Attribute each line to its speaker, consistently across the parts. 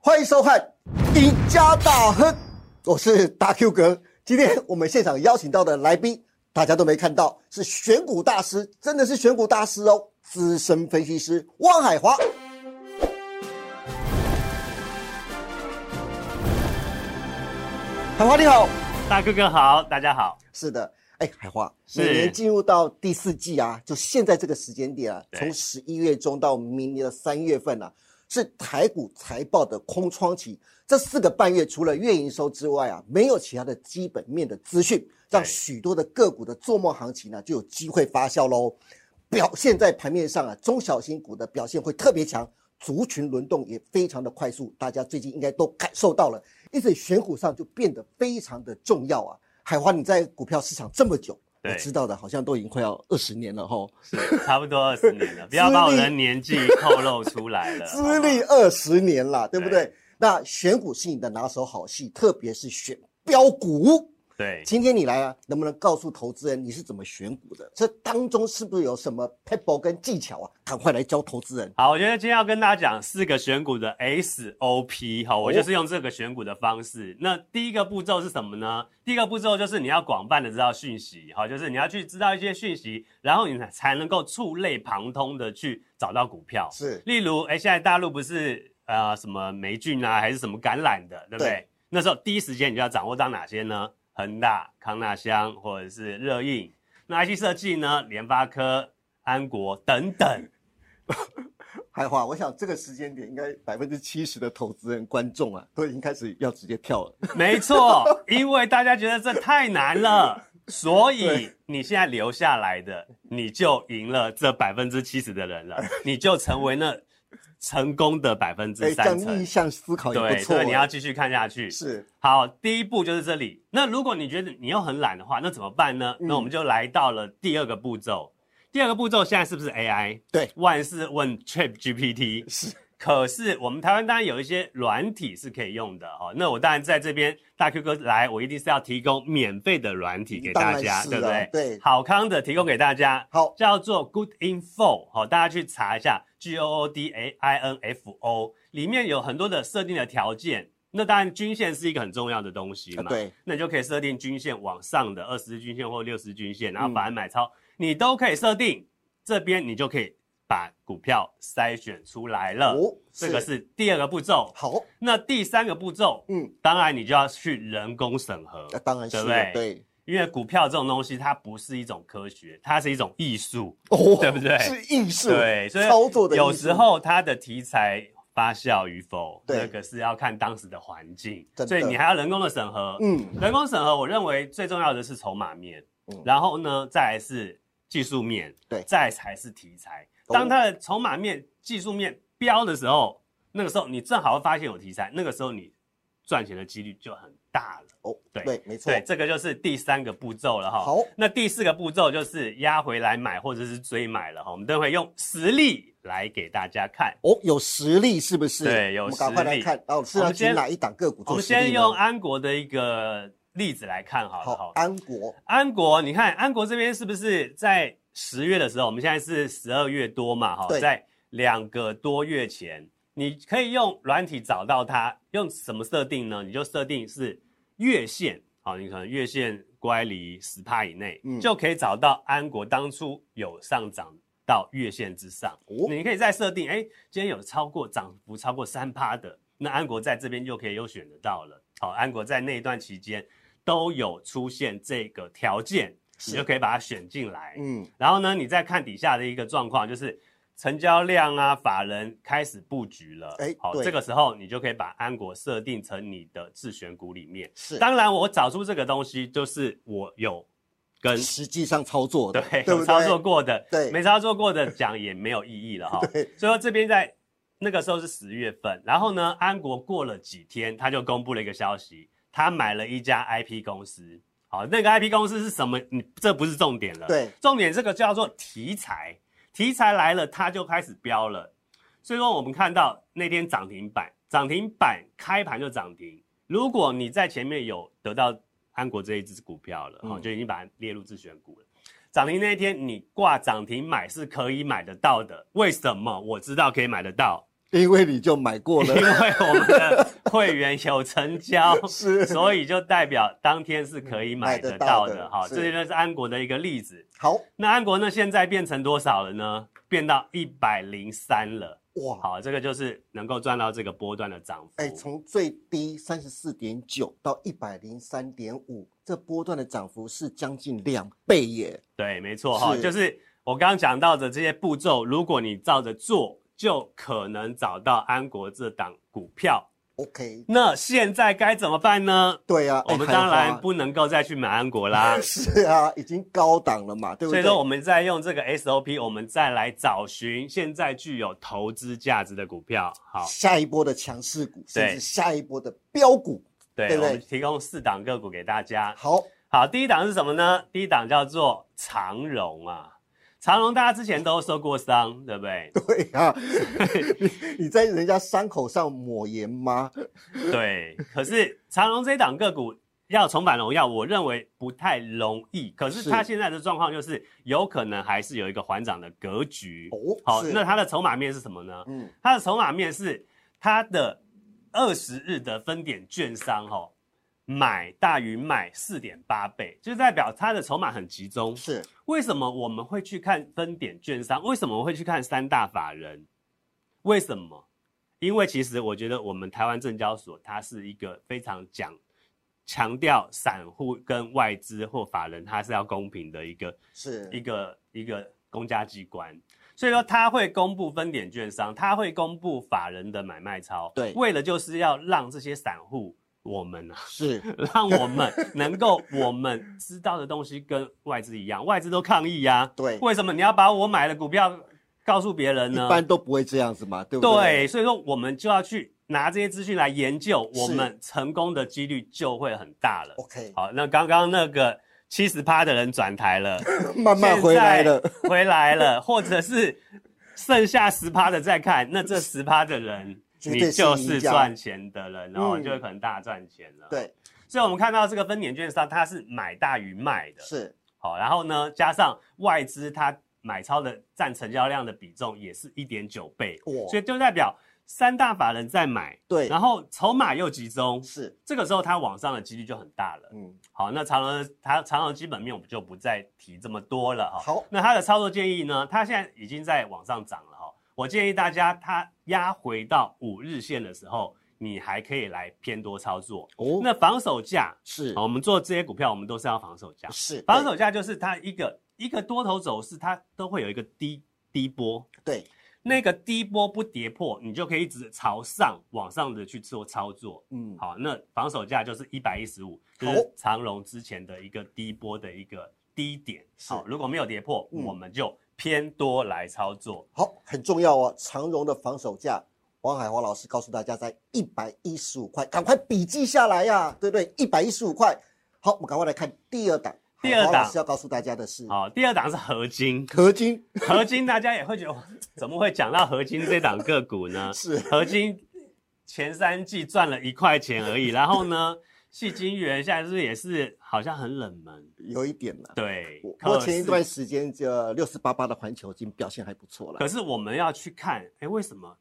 Speaker 1: 欢迎收看《赢家大亨》，我是大 Q 哥。今天我们现场邀请到的来宾，大家都没看到，是选股大师，真的是选股大师哦，资深分析师汪海华。海华你好，
Speaker 2: 大哥哥好，大家好。
Speaker 1: 是的，哎，海华，
Speaker 2: 是
Speaker 1: 每年进入到第四季啊，就现在这个时间点啊，
Speaker 2: 对
Speaker 1: 从十一月中到明年的三月份啊，是台股财报的空窗期。这四个半月，除了月营收之外啊，没有其他的基本面的资讯，让
Speaker 2: 对
Speaker 1: 许多的个股的做梦行情呢、就有机会发酵喽。表现在盘面上啊，中小型股的表现会特别强，族群轮动也非常的快速，大家最近应该都感受到了，因此选股上就变得非常的重要啊。海华，你在股票市场这么久，我
Speaker 2: 对
Speaker 1: 知道的好像都已经快要二十年了吼，
Speaker 2: 是差不多二十年了，不要把我的年纪透露出来了。好
Speaker 1: 资
Speaker 2: 吗
Speaker 1: 历二十年啦，对不对
Speaker 2: 啊对？
Speaker 1: 那选股是你的拿手好戏，特别是选标股。
Speaker 2: 对，
Speaker 1: 今天你来啊，能不能告诉投资人你是怎么选股的？这当中是不是有什么 p e b b l e 跟技巧啊？赶快来教投资人。
Speaker 2: 好，我觉得今天要跟大家讲四个选股的 SOP 哈，我
Speaker 1: 哦
Speaker 2: 就是用这个选股的方式。那第一个步骤是什么呢？第一个步骤就是你要广泛的知道讯息，好，就是你要去知道一些讯息，然后你才能够触类旁通的去找到股票。
Speaker 1: 是
Speaker 2: 例如，哎，现在大陆不是呃什么霉菌啊，还是什么感染的，对不对？
Speaker 1: 对
Speaker 2: 那时候第一时间你就要掌握到哪些呢？恒大、康纳香或者是热映，那 IC 设计呢？联发科、安国等 等。
Speaker 1: 海华，我想这个时间点应该百分之七十的投资人观众啊，都已经开始要直接跳了。
Speaker 2: 没错，因为大家觉得这太难了， 所以
Speaker 1: 对
Speaker 2: 你现在留下来的，你就赢了这百分之七十的人 了，你就成为那成功的百分之
Speaker 1: 哎这样
Speaker 2: 三
Speaker 1: 逆
Speaker 2: 成。
Speaker 1: 向思考也
Speaker 2: 对，
Speaker 1: 不错
Speaker 2: 所
Speaker 1: 啊。
Speaker 2: 以你要继续看下去。
Speaker 1: 是
Speaker 2: 好，第一步就是这里。那如果你觉得你又很懒的话，那怎么办呢？
Speaker 1: 嗯
Speaker 2: 那我们就来到了第二个步骤。第二个步骤现在是不是 AI？
Speaker 1: 对
Speaker 2: 万事问 Chat GPT。
Speaker 1: 是
Speaker 2: 可是我们台湾当然有一些软体是可以用的哦。那我当然在这边大 Q 哥来，我一定是要提供免费的软体给大
Speaker 1: 当
Speaker 2: 家，
Speaker 1: 然是
Speaker 2: 对不
Speaker 1: 啊
Speaker 2: 对？
Speaker 1: 对
Speaker 2: 好康的提供给大家，
Speaker 1: 好
Speaker 2: 叫做 Good Info，好、大家去查一下 G O O D A I N F O，里面有很多的设定的条件。那当然，均线是一个很重要的东西
Speaker 1: 啊
Speaker 2: 嘛，
Speaker 1: 对，
Speaker 2: 那你就可以设定均线往上的二十日均线或六十均线，然后
Speaker 1: 嗯
Speaker 2: 反而买超，你都可以设定，这边你就可以把股票筛选出来了。
Speaker 1: 哦
Speaker 2: 这个是第二个步骤。
Speaker 1: 好，
Speaker 2: 那第三个步骤，
Speaker 1: 嗯，
Speaker 2: 当然你就要去人工审核
Speaker 1: 那、，当然是
Speaker 2: 对不
Speaker 1: 了
Speaker 2: 对
Speaker 1: 对
Speaker 2: 因为股票这种东西它不是一种科学，它是一种艺术。
Speaker 1: 哦
Speaker 2: 对不对
Speaker 1: 是艺术，
Speaker 2: 对，所以
Speaker 1: 操作的艺术
Speaker 2: 有时候它的题材发酵与否，
Speaker 1: 对
Speaker 2: 这个是要看当时的环境，
Speaker 1: 真的
Speaker 2: 所以你还要人工的审核。
Speaker 1: 嗯
Speaker 2: 人工审核，我认为最重要的是筹码面，
Speaker 1: 嗯
Speaker 2: 然后呢，再来是技术面，
Speaker 1: 对
Speaker 2: 再来才是题材。
Speaker 1: 哦
Speaker 2: 当它的筹码面、技术面标的时候，那个时候你正好会发现有题材，那个时候你赚钱的几率就很大了。
Speaker 1: 哦
Speaker 2: 对
Speaker 1: 没错
Speaker 2: 对，这个就是第三个步骤了哈。
Speaker 1: 好
Speaker 2: 那第四个步骤就是压回来买或者是追买了哈。我们等会用实力来给大家看。
Speaker 1: 哦有实力是不是？
Speaker 2: 对有
Speaker 1: 我们赶快
Speaker 2: 实力
Speaker 1: 来看哦，是
Speaker 2: 我
Speaker 1: 要
Speaker 2: 们
Speaker 1: 选
Speaker 2: 先
Speaker 1: 哪一档个股
Speaker 2: 我
Speaker 1: 做
Speaker 2: 们
Speaker 1: 实力呢？
Speaker 2: 先用安国的一个例子来看好了
Speaker 1: 好
Speaker 2: 哈。
Speaker 1: 安国
Speaker 2: 安国，你看安国这边是不是在十月的时候？我们现在是十二月多嘛，哈
Speaker 1: 对，
Speaker 2: 在两个多月前，你可以用软体找到它，用什么设定呢？你就设定是月线，好，你可能月线乖离十帕以内，
Speaker 1: 嗯
Speaker 2: 就可以找到安国当初有上涨到月线之上。
Speaker 1: 哦
Speaker 2: 你可以再设定，哎，今天有超过涨幅超过三趴的，那安国在这边就可以优选得到了。好，安国在那一段期间都有出现这个条件，
Speaker 1: 是
Speaker 2: 你就可以把它选进来。
Speaker 1: 嗯
Speaker 2: 然后呢，你再看底下的一个状况，就是成交量啊，法人开始布局了。
Speaker 1: 哎
Speaker 2: 好，
Speaker 1: 对
Speaker 2: 这个时候你就可以把安国设定成你的自选股里面。
Speaker 1: 是，
Speaker 2: 当然，我找出这个东西，就是我有跟
Speaker 1: 实际上操作的
Speaker 2: 对，
Speaker 1: 不
Speaker 2: 有
Speaker 1: 对？
Speaker 2: 操作过的，
Speaker 1: 对
Speaker 2: 没操作过的讲也没有意义了哈。
Speaker 1: 对
Speaker 2: 所以说这边在那个时候是十月份，然后呢，安国过了几天，他就公布了一个消息，他买了一家 IP 公司。好，那个 IP 公司是什么？你这不是重点了。
Speaker 1: 对，
Speaker 2: 重点这个叫做题材，题材来了，它就开始飙了。所以说我们看到那天涨停板，涨停板开盘就涨停。如果你在前面有得到安国这一只股票了，哦，
Speaker 1: 嗯
Speaker 2: 就已经把它列入自选股了。涨停那一天你挂涨停买是可以买得到的，为什么？我知道可以买得到，
Speaker 1: 因为你就买过
Speaker 2: 因
Speaker 1: 了。
Speaker 2: 为我们的会员有成交，
Speaker 1: 是
Speaker 2: 所以就代表当天是可以买
Speaker 1: 买得
Speaker 2: 得到的。
Speaker 1: 到的
Speaker 2: 好，
Speaker 1: 是
Speaker 2: 这就是安国的一个例子。
Speaker 1: 好
Speaker 2: 那安国呢，现在变成多少了呢？变到一百零三了。
Speaker 1: 哇，
Speaker 2: 好，这个就是能够赚到这个波段的涨幅。
Speaker 1: 哎，从最低三十四点九到一百零三点五，这波段的涨幅是将近两倍耶。
Speaker 2: 对，没错哈，
Speaker 1: 是
Speaker 2: 就是我刚刚讲到的这些步骤，如果你照着做，就可能找到安国这档股票。
Speaker 1: OK，
Speaker 2: 那现在该怎么办呢？
Speaker 1: 对呀、啊，
Speaker 2: 我们
Speaker 1: 哎
Speaker 2: 当然
Speaker 1: 海
Speaker 2: 不能够再去买安国
Speaker 1: 华，
Speaker 2: 啦
Speaker 1: 是啊，已经高档了嘛， 对不
Speaker 2: 所
Speaker 1: 对？
Speaker 2: 以说我们再用这个 SOP，我们再来找寻现在具有投资价值的股票。好，
Speaker 1: 下一波的强势股，甚
Speaker 2: 对
Speaker 1: 至下一波的标股。
Speaker 2: 对，
Speaker 1: 对不
Speaker 2: 我
Speaker 1: 对
Speaker 2: 们提供四档个股给大家。
Speaker 1: 好，
Speaker 2: 好，第一档是什么呢？第一档叫做长荣啊，长荣大家之前都受过伤，对 不对？
Speaker 1: 对呀、 你你在人家伤口上抹盐吗？
Speaker 2: 对，可是长荣这一档个股要重返荣耀，我认为不太容易。可是它
Speaker 1: 是
Speaker 2: 现在的状况就是，有可能还是有一个缓涨的格局。
Speaker 1: 哦，
Speaker 2: 好，
Speaker 1: 是
Speaker 2: 那它的筹码面是什么呢？
Speaker 1: 嗯，
Speaker 2: 它的筹码面是它的二十日的分点券商哦，买大于卖四点八倍，就代表它的筹码很集中。
Speaker 1: 是
Speaker 2: 为什么我们会去看分点券商？为什么我会去看三大法人？为什么？因为其实我觉得我们台湾证交所它是一个非常讲强调散户跟外资或法人，它是要公平的一个一
Speaker 1: 是，
Speaker 2: 个一个公家机关。所以说，它会公布分点券商，它会公布法人的买卖超，
Speaker 1: 对
Speaker 2: 为了就是要让这些散户我们啊，
Speaker 1: 是
Speaker 2: 让我们能够我们知道的东西跟外资一样，外资都抗议呀、
Speaker 1: 对，
Speaker 2: 为什么你要把我买的股票告诉别人
Speaker 1: 一
Speaker 2: 呢？
Speaker 1: 般都不会这样子嘛，对不
Speaker 2: 对，
Speaker 1: 对？
Speaker 2: 所以说我们就要去拿这些资讯来研究，
Speaker 1: 是
Speaker 2: 我们成功的几率就会很大了。
Speaker 1: ，OK，
Speaker 2: 好，那刚刚那个七十趴的人转台了，
Speaker 1: 慢慢回来了，
Speaker 2: 现在回来了，或者是剩下十趴的再看，那这十趴的人，
Speaker 1: 绝对
Speaker 2: 你
Speaker 1: 是
Speaker 2: 就是
Speaker 1: 赢家
Speaker 2: 赚钱的人，然后
Speaker 1: 嗯
Speaker 2: 就会可能大赚钱了。
Speaker 1: 对，
Speaker 2: 所以我们看到这个分点券商，它是买大于卖的，
Speaker 1: 是
Speaker 2: 好，然后呢，加上外资它买超的占成交量的比重也是一点九倍，所
Speaker 1: 我
Speaker 2: 以就代表三大法人在买，
Speaker 1: 哦对
Speaker 2: 然后筹码又集中，
Speaker 1: 是，
Speaker 2: 这个时候它往上的几率就很大了。
Speaker 1: 嗯，
Speaker 2: 好，那长隆它长隆基本面我们就不再提这么多了哈。
Speaker 1: 好，
Speaker 2: 那它的操作建议呢？它现在已经在往上涨了哈。我建议大家，它压回到五日线的时候，你还可以来偏多操作。
Speaker 1: 哦，
Speaker 2: 那防守价
Speaker 1: 是
Speaker 2: 好，我们做这些股票，我们都是要防守价。
Speaker 1: 是
Speaker 2: 防守价就是它一个一个多头走势，它都会有一个低低波，
Speaker 1: 对对，
Speaker 2: 那个低波不跌破，你就可以一直朝上往上的去做操作。
Speaker 1: 嗯，
Speaker 2: 好，那防守价就是一百一十五，就
Speaker 1: 好
Speaker 2: 是长荣之前的一个低波的一个低点。
Speaker 1: 是
Speaker 2: 好，如果没有跌破，
Speaker 1: 嗯
Speaker 2: 我们就偏多来操作。
Speaker 1: 好，很重要哦。长荣的防守价，王海华老师告诉大家在一百一十五块，赶快笔记下来呀、对不对？一百一十五块。好，我们赶快来看第二档。
Speaker 2: 第二档
Speaker 1: 海华老师要告诉大家的是，
Speaker 2: 好，第二档是合金，
Speaker 1: 合金
Speaker 2: 合金大家也会觉得哇怎么会讲到合金这档个股呢？
Speaker 1: 是
Speaker 2: 合金前三季赚了一块钱而已，然 后呢，戏金元现在是不是也是好像很冷门？
Speaker 1: 有一点了。
Speaker 2: 对
Speaker 1: 我，我
Speaker 2: 可
Speaker 1: 前一
Speaker 2: 是
Speaker 1: 段时间这六四八八的环球金表现还不错了
Speaker 2: 可。是我们要去看，哎，为什么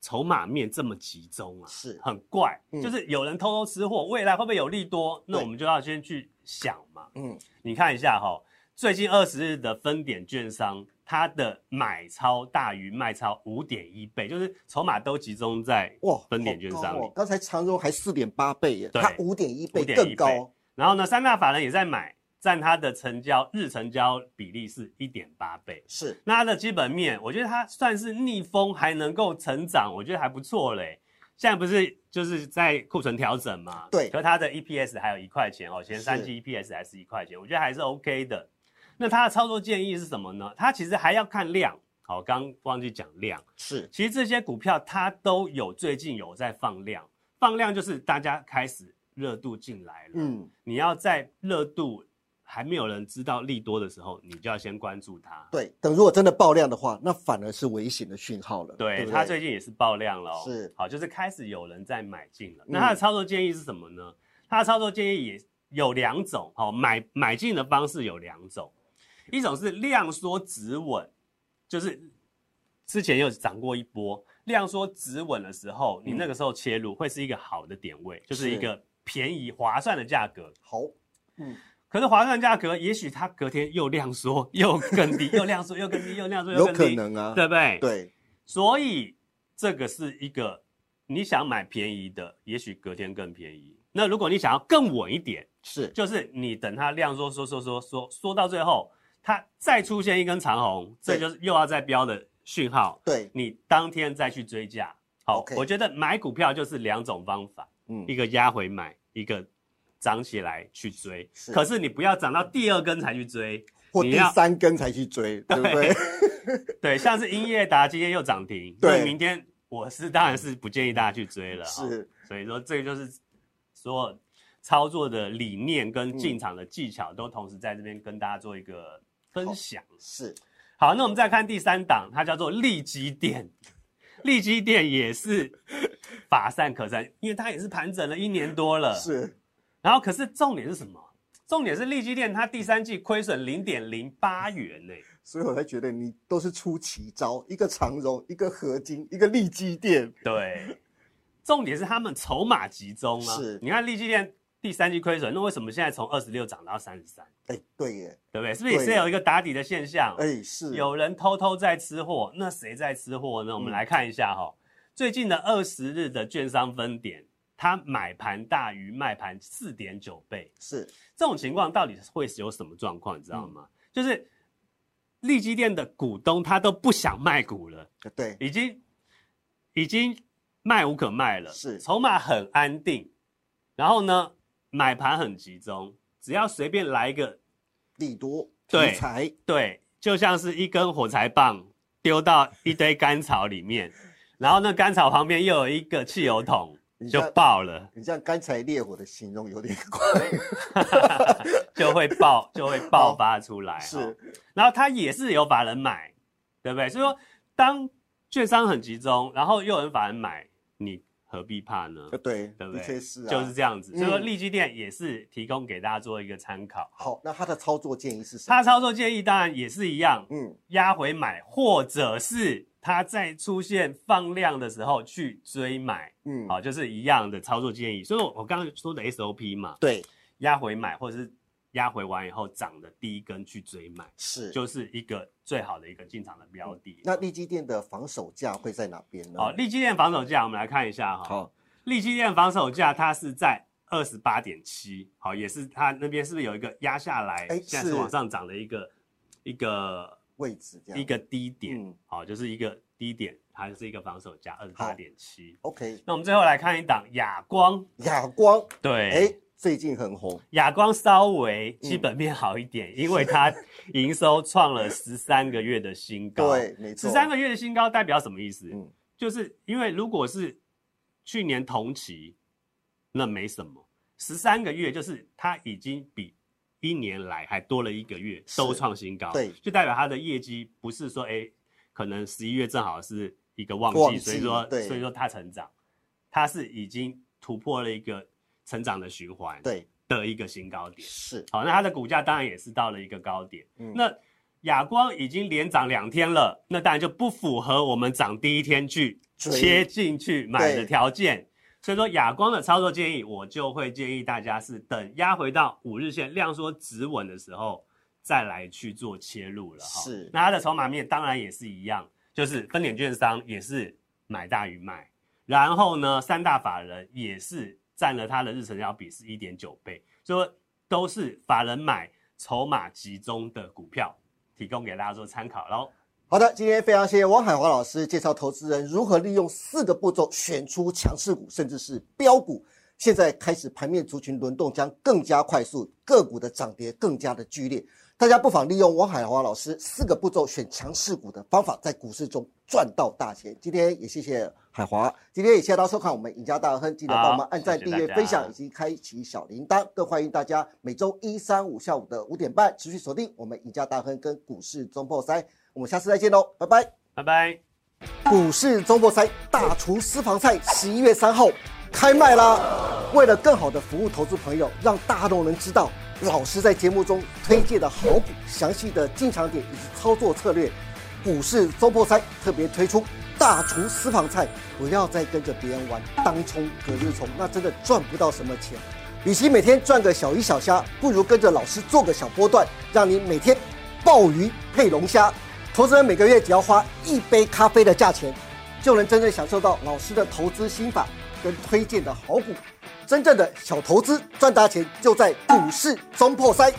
Speaker 2: 筹码面这么集中啊？
Speaker 1: 是
Speaker 2: 很怪，
Speaker 1: 嗯
Speaker 2: 就是有人偷偷吃货，未来会不会有利多？那
Speaker 1: 对
Speaker 2: 我们就要先去想嘛。
Speaker 1: 嗯，
Speaker 2: 你看一下哈、最近二十日的分点券商，它的买超大于卖超五点一倍，就是筹码都集中在
Speaker 1: 哇，
Speaker 2: 分点券
Speaker 1: 好
Speaker 2: 商
Speaker 1: 高
Speaker 2: 里
Speaker 1: 哦。刚才长荣还四点八倍耶，
Speaker 2: 对
Speaker 1: 它五点一倍
Speaker 2: 5.1
Speaker 1: 更高
Speaker 2: 倍。然后呢，三大法人也在买，占它的成交日成交比例是一点八倍。
Speaker 1: 是
Speaker 2: 那它的基本面，我觉得它算是逆风还能够成长，我觉得还不错嘞。现在不是就是在库存调整嘛？
Speaker 1: 对
Speaker 2: 可它的 EPS 还有一块钱哦，前三季 EPS 还是一块钱，我觉得还是 OK 的。那它的操作建议是什么呢？它其实还要看量，好，刚忘记讲量。
Speaker 1: 是，
Speaker 2: 其实这些股票它都有最近有在放量，放量就是大家开始热度进来了。
Speaker 1: 嗯，
Speaker 2: 你要在热度还没有人知道利多的时候，你就要先关注它。
Speaker 1: 对。等如果真的爆量的话，那反而是危险的讯号了。
Speaker 2: 对，
Speaker 1: 不
Speaker 2: 它最近也是爆量了、哦，
Speaker 1: 是
Speaker 2: 好，就是开始有人在买进了。
Speaker 1: 嗯
Speaker 2: 那它的操作建议是什么呢？它的操作建议也有两种，好、买买进的方式有两种，一种是量缩止稳，就是之前有涨过一波，量缩止稳的时候，
Speaker 1: 嗯
Speaker 2: 你那个时候切入会是一个好的点位，就是一个便宜划算的价格。
Speaker 1: 好，嗯
Speaker 2: 可是划算价格，也许它隔天又量缩，又更低，又量缩，又更低，又量缩，又
Speaker 1: 有
Speaker 2: 更
Speaker 1: 可
Speaker 2: 低，
Speaker 1: 能啊，
Speaker 2: 对不对？。
Speaker 1: 对，
Speaker 2: 所以这个是一个你想买便宜的，也许隔天更便宜。那如果你想要更稳一点，
Speaker 1: 是
Speaker 2: 就是你等它量缩缩缩缩缩缩到最后，它再出现一根长红，这
Speaker 1: 对
Speaker 2: 就是又要再标的讯号，
Speaker 1: 对，
Speaker 2: 你当天再去追价。好
Speaker 1: OK
Speaker 2: 我觉得买股票就是两种方法，
Speaker 1: 嗯
Speaker 2: 一，个压回买，一个涨起来去追。
Speaker 1: 是
Speaker 2: 可是你不要涨到第二根才去追，
Speaker 1: 或
Speaker 2: 你
Speaker 1: 第
Speaker 2: 要
Speaker 1: 三根才去追，对不对？
Speaker 2: 对，像是英业达今天又涨停，
Speaker 1: 对
Speaker 2: 所以明天我是当然是不建议大家去追了， 哈
Speaker 1: 是，
Speaker 2: 所以说这个就是所有操作的理念
Speaker 1: 嗯
Speaker 2: 跟进场的技巧都同时在这边跟大家做一个分享。
Speaker 1: 是，
Speaker 2: 好，那我们再看第三档，它叫做利基店。利基店也是乏善可陈，因为它也是盘整了一年多了。
Speaker 1: 是，
Speaker 2: 然后可是重点是什么？重点是利基店它第三季亏损零点零八元呢、
Speaker 1: 所以我才觉得你都是出奇招，一个长荣，一个合金，一个利基店，
Speaker 2: 对，重点是他们筹码集中啊。
Speaker 1: 是
Speaker 2: 你看利基店第三季亏损，那为什么现在从二十六涨到三十三？
Speaker 1: 哎，对耶，
Speaker 2: 对不对？是不是也是
Speaker 1: 对
Speaker 2: 有一个打底的现象？
Speaker 1: 哎，是，
Speaker 2: 有人偷偷在吃货，那谁在吃货呢？我
Speaker 1: 嗯
Speaker 2: 们来看一下哈、最近的二十日的券商分点，它买盘大于卖盘四点九倍，
Speaker 1: 是，
Speaker 2: 这种情况到底会有什么状况？你知道
Speaker 1: 嗯
Speaker 2: 吗？就是利基店的股东他都不想卖股了。
Speaker 1: 对，
Speaker 2: 已经已经卖无可卖了，
Speaker 1: 是
Speaker 2: 筹码很安定，然后呢，买盘很集中，只要随便来一个，
Speaker 1: 利多
Speaker 2: 对
Speaker 1: 题材，
Speaker 2: 对，就像是一根火柴棒丢到一堆干草 里面，然后那干草旁边又有一个汽油桶，
Speaker 1: 你
Speaker 2: 就
Speaker 1: 像
Speaker 2: 爆了，
Speaker 1: 你像刚才烈火的形容有点
Speaker 2: 哎
Speaker 1: 怪，
Speaker 2: 就会爆，就会爆发出来，哦
Speaker 1: 是，
Speaker 2: 然后它也是有法人买，对不对？所以说，当券商很集中，然后又有人法人买，你何必怕呢？
Speaker 1: 呃对，
Speaker 2: 对不对
Speaker 1: 的确是啊，
Speaker 2: 就是这样子。
Speaker 1: 嗯
Speaker 2: 所以说，利基店也是提供给大家做一个参考。
Speaker 1: 好，那他的操作建议是什么？
Speaker 2: 他操作建议当然也是一样，
Speaker 1: 嗯，
Speaker 2: 压回买，或者是它在出现放量的时候去追买，
Speaker 1: 嗯，
Speaker 2: 好，就是一样的操作建议。所以我我刚刚说的 SOP 嘛，
Speaker 1: 对，
Speaker 2: 压回买，或者是压回完以后涨的第一根去追买，
Speaker 1: 是。
Speaker 2: 就是一个最好的一个进场的标的。
Speaker 1: 嗯那利基店的防守价会在哪边呢？
Speaker 2: 好，利基店防守价，我们来看一下哈。
Speaker 1: 好，
Speaker 2: 利基店防守价它是在二十八点七，好，也是它那边是不是有一个压下来，
Speaker 1: 哎
Speaker 2: 现在是
Speaker 1: 是
Speaker 2: 往上涨的一个一个
Speaker 1: 位置这样
Speaker 2: 一个低点，
Speaker 1: 嗯
Speaker 2: 好，就是一个低点，它是一个防守价二十八点七。
Speaker 1: ，OK，
Speaker 2: 那我们最后来看一档亚光，
Speaker 1: 哑光，
Speaker 2: 对，
Speaker 1: 哎，嗯最近很红，
Speaker 2: 亚光稍微基本面好一点，因为它营收创了十三个月的新高，
Speaker 1: 对，没错，
Speaker 2: 十三个月的新高代表什么意思？
Speaker 1: 嗯
Speaker 2: 就是因为如果是去年同期，那没什么，十三个月就是它已经比一年来还多了一个月，
Speaker 1: 是
Speaker 2: 都创新高，
Speaker 1: 对
Speaker 2: 就代表它的业绩不是说哎、诶可能十一月正好是一个旺
Speaker 1: 旺
Speaker 2: 季，
Speaker 1: 季
Speaker 2: 所以说
Speaker 1: 对
Speaker 2: 所以说它成长，它是已经突破了一个成长的循环，
Speaker 1: 对，
Speaker 2: 的一个新高点。
Speaker 1: 是，
Speaker 2: 好，那它的股价当然也是到了一个高点。
Speaker 1: 嗯
Speaker 2: 那亚光已经连涨两天了，那当然就不符合我们涨第一天去
Speaker 1: 追
Speaker 2: 切进去买的
Speaker 1: 对
Speaker 2: 条件。所以说亚光的操作建议，我就会建议大家是等压回到五日线量缩止稳的时候，再来去做切入了哈。
Speaker 1: 是
Speaker 2: 那它的筹码面当然也是一样，就是分点券商也是买大于卖，然后呢，三大法人也是占了它的日成交比是一点九倍，所以说都是法人买筹码集中的股票，提供给大家做参考喽。
Speaker 1: 好的，今天非常谢谢汪海华老师介绍投资人如何利用四个步骤选出强势股，甚至是标股。现在开始盘面族群轮动将更加快速，个股的涨跌更加的剧烈。大家不妨利用汪海华老师四个步骤选强势股的方法，在股市中赚到大钱。今天也谢谢海华，今天也谢谢大家收看我们赢家大亨，记得帮我们按赞、
Speaker 2: 好谢谢
Speaker 1: 订阅、
Speaker 2: 大家
Speaker 1: 分享以及开启小铃铛，更欢迎大家每周一、三、五下午的五点半持续锁定我们赢家大亨跟股市中破塞。我们下次再见喽，拜拜。
Speaker 2: 拜拜。
Speaker 1: 股市周末赛大厨私房菜十一月三号开卖啦！为了更好的服务投资朋友，让大众能知道老师在节目中推荐的好股、详细的进场点以及操作策略，股市周末赛特别推出大厨私房菜，不要再跟着别人玩当冲隔日冲，那真的赚不到什么钱。与其每天赚个小鱼小虾，不如跟着老师做个小波段，让你每天鲍鱼配龙虾。投资人每个月只要花一杯咖啡的价钱，就能真正享受到老师的投资心法跟推荐的好股。真正的小投资赚大钱，就在股市中破塞。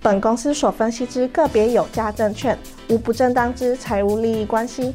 Speaker 3: 本公司所分析之个别有价证券，无不正当之财务利益关系。